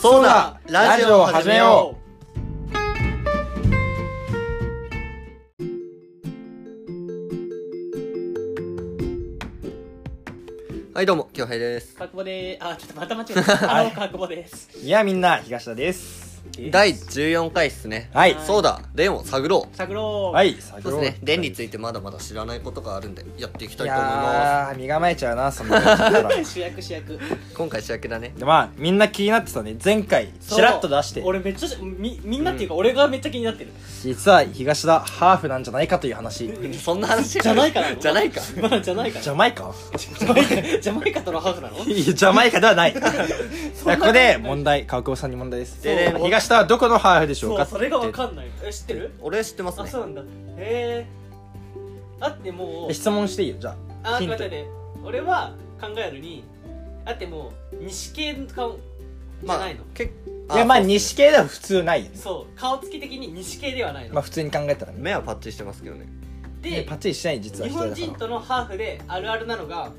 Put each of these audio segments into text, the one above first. そうだラジオを始めようはいどうも、京平です。かくぼでーあちょっとまた間違え たあのかくぼですいやみんな東田です第14回っすね。はいそうだ、蓮を探ろう。探ろうはい作そう業ですね、蓮についてまだまだ知らないことがあるんで、やっていきたいいと思いまやー身構えちゃうなそんなこと 言ったら主役主役す。今回主役だね。でまあみんな気になってたね前回そうちらっと出して俺めっちゃみみんなっていうか俺がめっちゃ気になってる実は東田ハーフなんじゃないかという話そんな話じゃないかなじゃないか。まあじゃないかな ジャマイカジャマイカ ジャマイカとのハーフなのいやジャマイカではないいそんなやここで問題川久保さんに問題ですでね東田はどこのハーフでしょうそかうそれがわかっんないえ知ってる俺知ってますあねそ。うなんだへえあってもてう質問していいよじゃああヒン待トって待って俺は考えるにあってもう西系の顔じゃないの、けいやまあそう西系では普通ないよねそう顔つき的に西系ではないの、まあ普通に考えたらね目はパッチリしてますけどね。ででパッチリしてない実は日一人本だ人からとのハーフであるあるなのが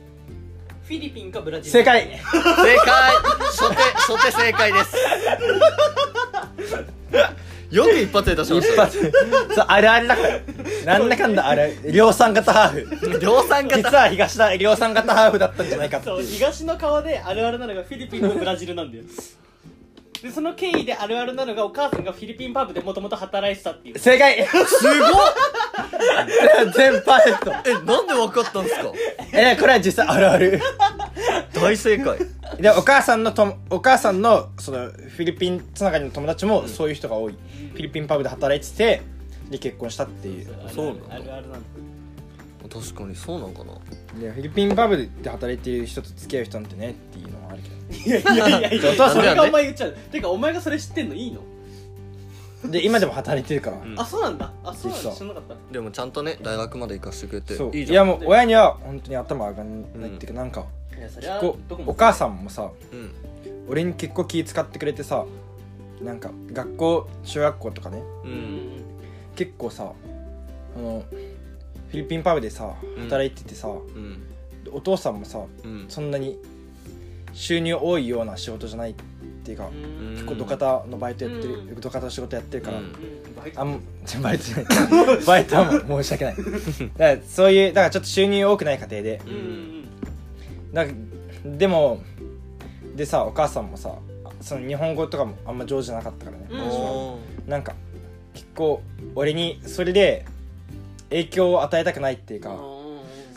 フィリピンかブラジル正解正解初手、初手正解です。よく一発で出しま一 したよ。発そうあるあるだからなんだかんだあれ量産型ハーフ量産型。実は東田量産型ハーフだったんじゃないかってそういう東の川であるあるなのがフィリピンとブラジルなんだよでその経緯であるあるなのがお母さんがフィリピンパブでもともと働いてたっていう正解すごい全パーフェクトえ、なんで分かったんですかえこれは実際あるある大正解。でお母さんのともお母さんのそのフィリピンつながりの友達もそういう人が多い、フィリピンパブで働いててで結婚したっていうそうなんだあるあるなんだ確かにそうなんかな。でフィリピンパブで働いてる人と付き合う人なんてねっていうのもあるけどいやいやいやいちょっやとはそれなんだよがねお前言っちゃうてかお前がそれ知ってんのいいので今でも働いてるから、んあそうなんだあそうなん実だは知らなかったでもちゃんとね、大学まで行かせてくれてそう、いいいじゃやん。もう親には本当に頭上がんないっていうか、なんかいやそれはこどこうおも母さんもさうん。俺に結構気使ってくれてさなんか学校小学校とかねう。うんん結構さあのフィリピンパブでさうん働いててさ、うん。お父さんもさうん。そんなに収入多いような仕事じゃないっていうか、うんうん結結構土方のバイトやってる、う土方の仕事やってるから、うんバイトあんちょバイトじゃないバイトはもう申し 訳ないだからそういうだからちょっと収入多くない家庭でうんうだんでもでさお母さんもさその日本語とかもあんま上手じゃなかったからね、うんおーなんか結構俺にそれで影響を与えたくないっていううかん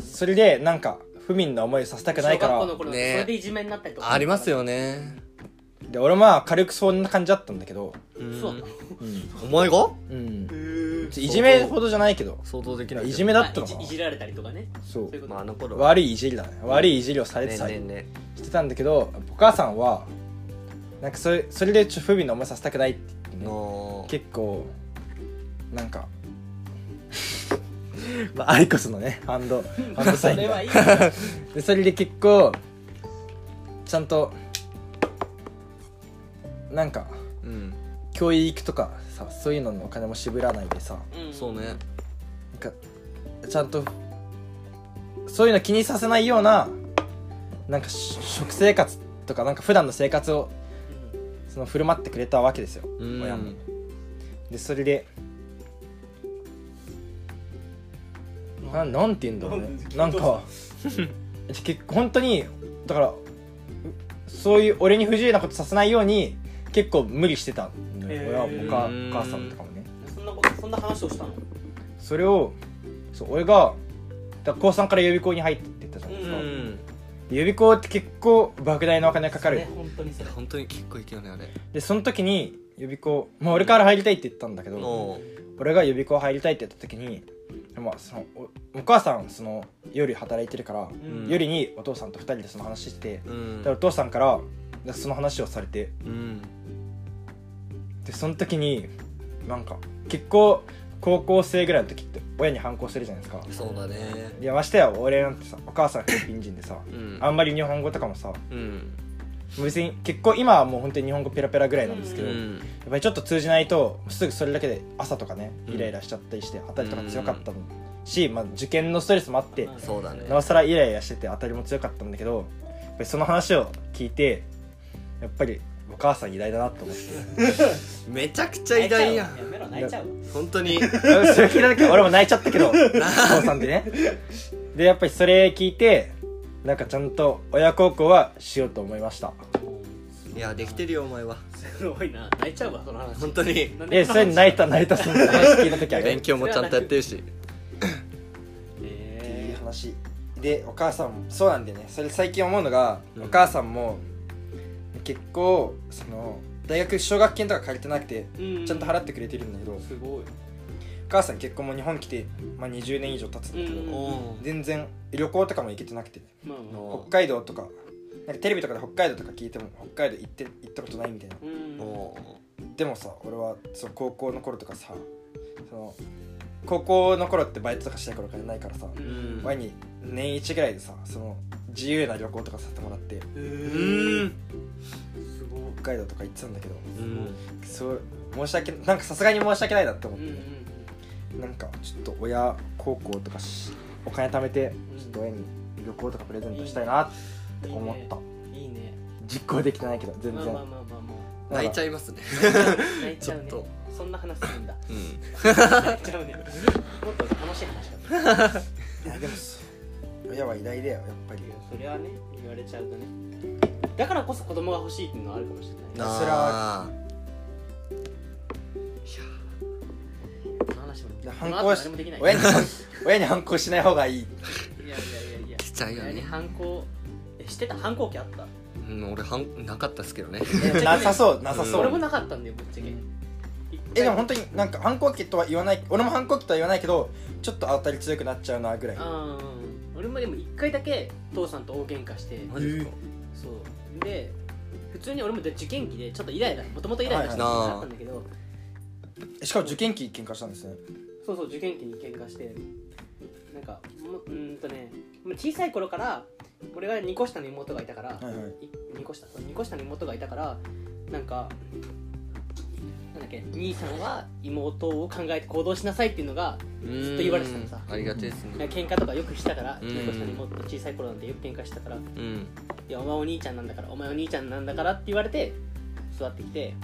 それでなんか不憫な思いをさせたくないか小学校らの頃そねれでいじめになったりとかありますよね。で俺まあ軽くそんな感じだったんだけど、うんそうなんだうんお前がうん、へいじめほどじゃないけど想像できないけど。いじめだったいのじかいなじられたりとかねそそういううことまあ、あの頃は。悪いいじりだね悪いいじりをされてねたねりね。してたんだけどお母さんはなんかそれそれでちょっと不憫な思いさせたくないって言ってねの結構なんか まあアイコスのねハ ンドハンドサインそれは いいでそれで結構ちゃんとなんかうん。教育とかさそういうののお金も渋らないでさうんそうね。なんかちゃんとそういうの気にさせないようななんかし食生活とかなんか普段の生活をその振る舞ってくれたわけですようん親もでそれでななんて言うんだろうねなんか 結構本当にだからうそういう俺に不自由なことさせないように結構無理してたのよへー俺はお母うーんお母さんとかもねそんなことそんな話をしたのそれをそう俺がだから高3から予備校に入ってって言ったじゃないですうか、うんん。予備校って結構莫大なお金かかそるれ本当にそれ本当に結構いくよね、あれ。でその時に予備校、まあ、俺から入りたいって言ったんだけど、の俺が予備校入りたいって言った時に、まあ、そのおお母さんその夜働いてるから、うん夜にお父さんと二人でその話して、うんでお。父さんからでその話をされてうん。でその時になんか結構高校生ぐらいの時って親に反抗するじゃないですかそうだね。いやましてや俺なんてさお母さんフィリピン人でさうん。あんまり日本語とかもさうん。別に結構今はもう本当に日本語ペラペラぐらいなんですうけど、やん。っぱりちょっと通じないとすぐそれだけで朝とかねうんイライラしちゃったりして当たりとか強かったのし、まあ、受験のストレスもあってそうだねなおさらイライラしてて当たりも強かったんだけどやっぱりその話を聞いてやっぱりお母さん偉大だなと思って めちゃくちゃ偉大や泣いちゃうわやんめろ泣いちゃうわ本当にそれ聞いた時俺も泣いちゃったけ どお父さんでねでやっぱりそれ聞いてなんかちゃんと親孝行はしようと思いましたいやできてるよお前はすごいな泣いちゃうわその 話本当になんででそれ泣いた泣いたその話聞いた時あげ勉る強もちゃんとやってるしいいえ話でお母さんもそうなんでねそれ最近思うのが、うんお母さんも結構その大学奨学金とか借りてなくてー、ちゃんと払払ってくれてるんだけど、おすごい母さん結婚も日本来て、まあ、20年以上経つんだけど、うん全然旅行とかも行けてなくてまあまあお北海道とかなんかテレビとかで北海道とか聞いても北海道行って行ったことないみたいなうんおでもさ俺はそう高校の頃とかさその高校の頃ってバイトとかしたい頃からないからさ、ううんん前に年一ぐらいでさその自由な旅行とかさせてもらってううんんすごい北海道とか行ってたんだけどうんそう申し訳なんかさすがに申し訳ないなって思っうて、んなんかちょっと親孝行とかしお金貯めてちょっと親に旅行とかプレゼントしたいなって思った、うんいいね実行できてないけど全まあ然、まあまあまあまあ泣いちゃいますね泣いちゃうねちょっそんな話するん だうん泣いちゃうねもっと楽しい話だったい やでもそう親は偉大だよやっぱりそれはね言われちゃうとねだからこそ子供が欲しいっていうのはあるかもしれないそれはこの話もいやこ反の抗後し誰もできない親に親に反抗しない方がいいいやいやいやいや来ちゃうよ何ね反抗えしてた反抗期あったうん俺はんなかったっすけどねねなさそうなさうんそ俺う、もなかったんだよぶっちゃけえでも本当になんか反抗期とは言わない俺も反抗期とは言わないけどちょっと当たり強くなっちゃうなぐらいあー俺もでも一回だけ父さんと大喧嘩してマジですかそうで普通に俺もで受験期でちょっとイライラもともとイライラしてた時期があったんだけど、しかも受験期喧嘩したんですねそうそう受験期に喧嘩してなんかもうーんとねもう小さい頃から俺は2個下の妹がいたから、はいはいい2個下そう2個下の妹がいたからなんかなんだっけ兄さんは妹を考えて行動しなさいっていうのがずっと言われてたのさありがてえっすなねんか喧嘩とかよくしたからうん2個下の妹小さい頃なんてよく喧嘩したから「いうんやお前お兄ちゃんなんだからお前お兄ちゃんなんだから」って言われて育ってきて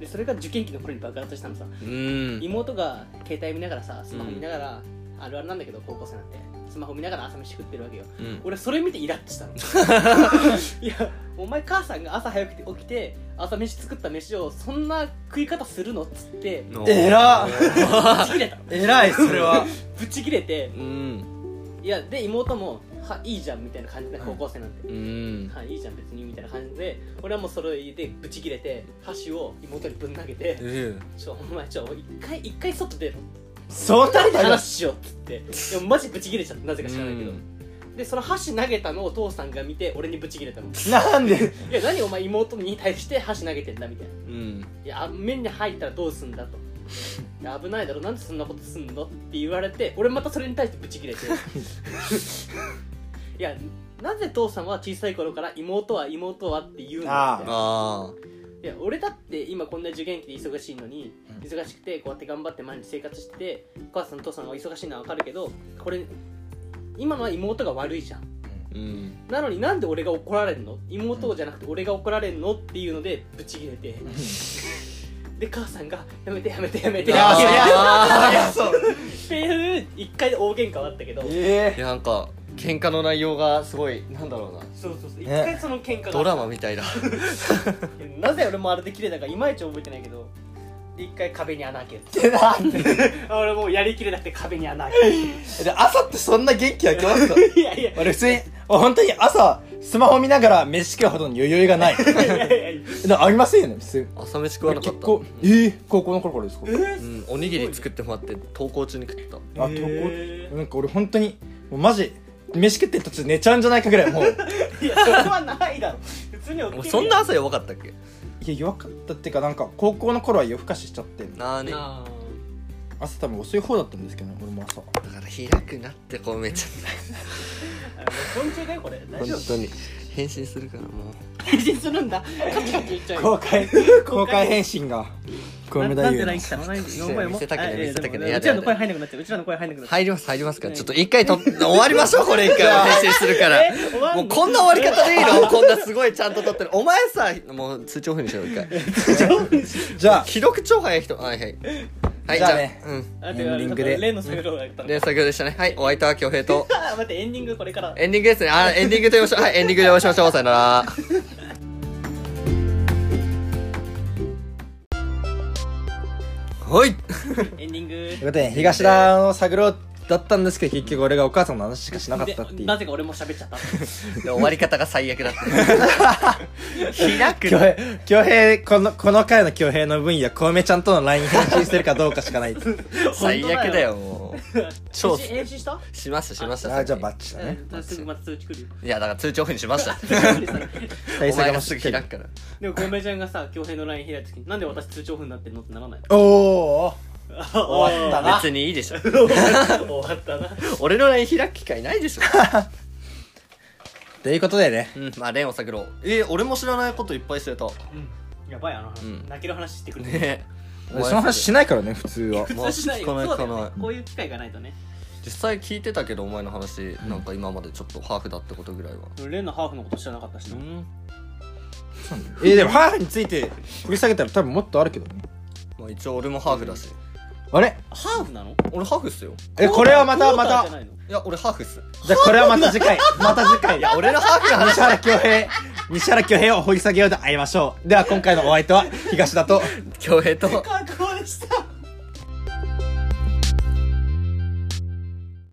でそれが受験期の頃に爆発したのさうん妹が携帯見ながらさスマホ見ながら、あるあるなんだけど高校生なんてスマホ見ながら朝飯食ってるわけようん俺それ見てイラッとしたの いやお前母さんが朝早くて起きて朝飯作った飯をそんな食い方するのっつってぶえらっち切れ たのえらいそれはぶち切れてうんいやで妹も「はいいじゃん」みたいな感じで高校生なんてうんはいいいじゃん別にみたいな感じで俺はもうそれでぶち切れて箸を妹にぶん投げてえ「ちょお前ちょ一回一回外出ろ」そんな二人にで話しようっつってでもマジブチ切れちゃったなぜえか知らないけど、でその箸投げたのを父さんが見て俺にブチ切れたのいなんでや何お前妹に対して箸投げてんだみたいなうんいや目に入ったらどうすんだといや危ないだろなんでそんなことすんのって言われて俺またそれに対してブチ切れていやなぜ父さんは小さい頃から妹は妹はって言うのあみたいなあいや俺だって今こんな受験期で忙しいのにうん忙しくてこうやって頑張って毎日生活しててお母さん父さんが忙しいのは分かるけどこれ今のは妹が悪いじゃんあうんなのになんで俺が怒られんの妹じゃなくて俺が怒られんのっていうのでブチ切れてで母さんが「やめてやめてやめて」いっやそりゃあーそうていう一回で大喧嘩はあったけどえいやなんか喧嘩の内容がすごいなんだろうなそうそうそう一ね回その喧嘩がドラマみたいだなぜ俺もあれで切れたかいまいち覚えてないけど一回壁に穴開けるえなんであ俺もうやりきれなくて壁に穴開けるで朝ってそんな元気開けますかいやいや俺普通に本当に朝スマホ見ながら飯食うほどの余裕がないいやいやいやなありませんよね普通朝飯食わ俺なか結った構えー、高校の頃からですかえーうんおにぎり作ってもらって登校中に食ってたあ、へ投稿なんか俺本当にもうマジ飯食ってる途中寝ちゃうんじゃないかぐらいもういやそれはないだろ普通に起きもうてそんな朝弱かったっけいや弱かったっていうかなんか高校の頃は夜更かししちゃってなあねだあ朝多分遅い方だったんですけどね俺も朝から開くなってこうめっちゃーあの昆虫だよこれ大丈夫当に変身するからもう返信するんだカチカチ言っちゃうよ公開公開返信が小な梅な太んで夫 LINE の来たの何くでせえお前も見せたくあないやや見せたくないでもやうちらだのや声だ入んなくなっちゃううちらの声入んなくなっちゃう入ります入りますからちょっと一回と終わりましょうこれ一回 は変身するからえ終わんのもうこんな終わり方でいいのこんなすごいちゃんと撮ってるお前さもう通知オフにしよう一 回じゃあ記録超早い人はいはいはいじじゃゃああねうんあエンディングで例の作業がやったの連作業でしたねはいお相手は恭平とあ待ってエンディングこれからエンディングですねあエンディングと言いましょうはいエンディングでお会いしましょうさよならはいエンディンというグことで東田の探ろうだったんですけど結局俺がお母さんの話しかしなかったっていでうなぜか俺も喋っちゃったで終わり方が最悪だった開く恭平恭平このこの回の恭平の分野小梅ちゃんとの LINE 返信してるかどうかしか ない最悪だよもう超返信返信したしましたしましたあじゃあバッチだねうんすぐまた通知来るよいやだから通知オフにしました対お前策がもす知ぐって開るくからでも小梅ちゃんがさ恭平の LINE 開いた時になんで私通知オフになってんのってな らないおお終わったな別にいいでしょ終わったな俺の LINE 開く機会ないでしょということでねうんまあ蓮を探ろうえ俺も知らないこといっぱいしてたねうんやばいあの話、うん泣ける話してくる ねえその話しないからね普通は普通しないよまあそう聞かだよないねこういう機会がないとね実際聞いてたけどお前の話なんか今までちょっとハーフだってことぐらいはレンのハーフのこと知らなかったしな、んえーでも母について掘り下げたら多分もっとあるけどねまあ一応俺もハーフだしあれハーフなの俺ハーフっすよえこれはまたクォまーターたじゃないのいや俺ハーフっすじゃあこれはまた次回また次回いや俺のハーフの話西原恭平西原恭平を掘り下げようで会いましょうでは今回のお相手は東田と恭平と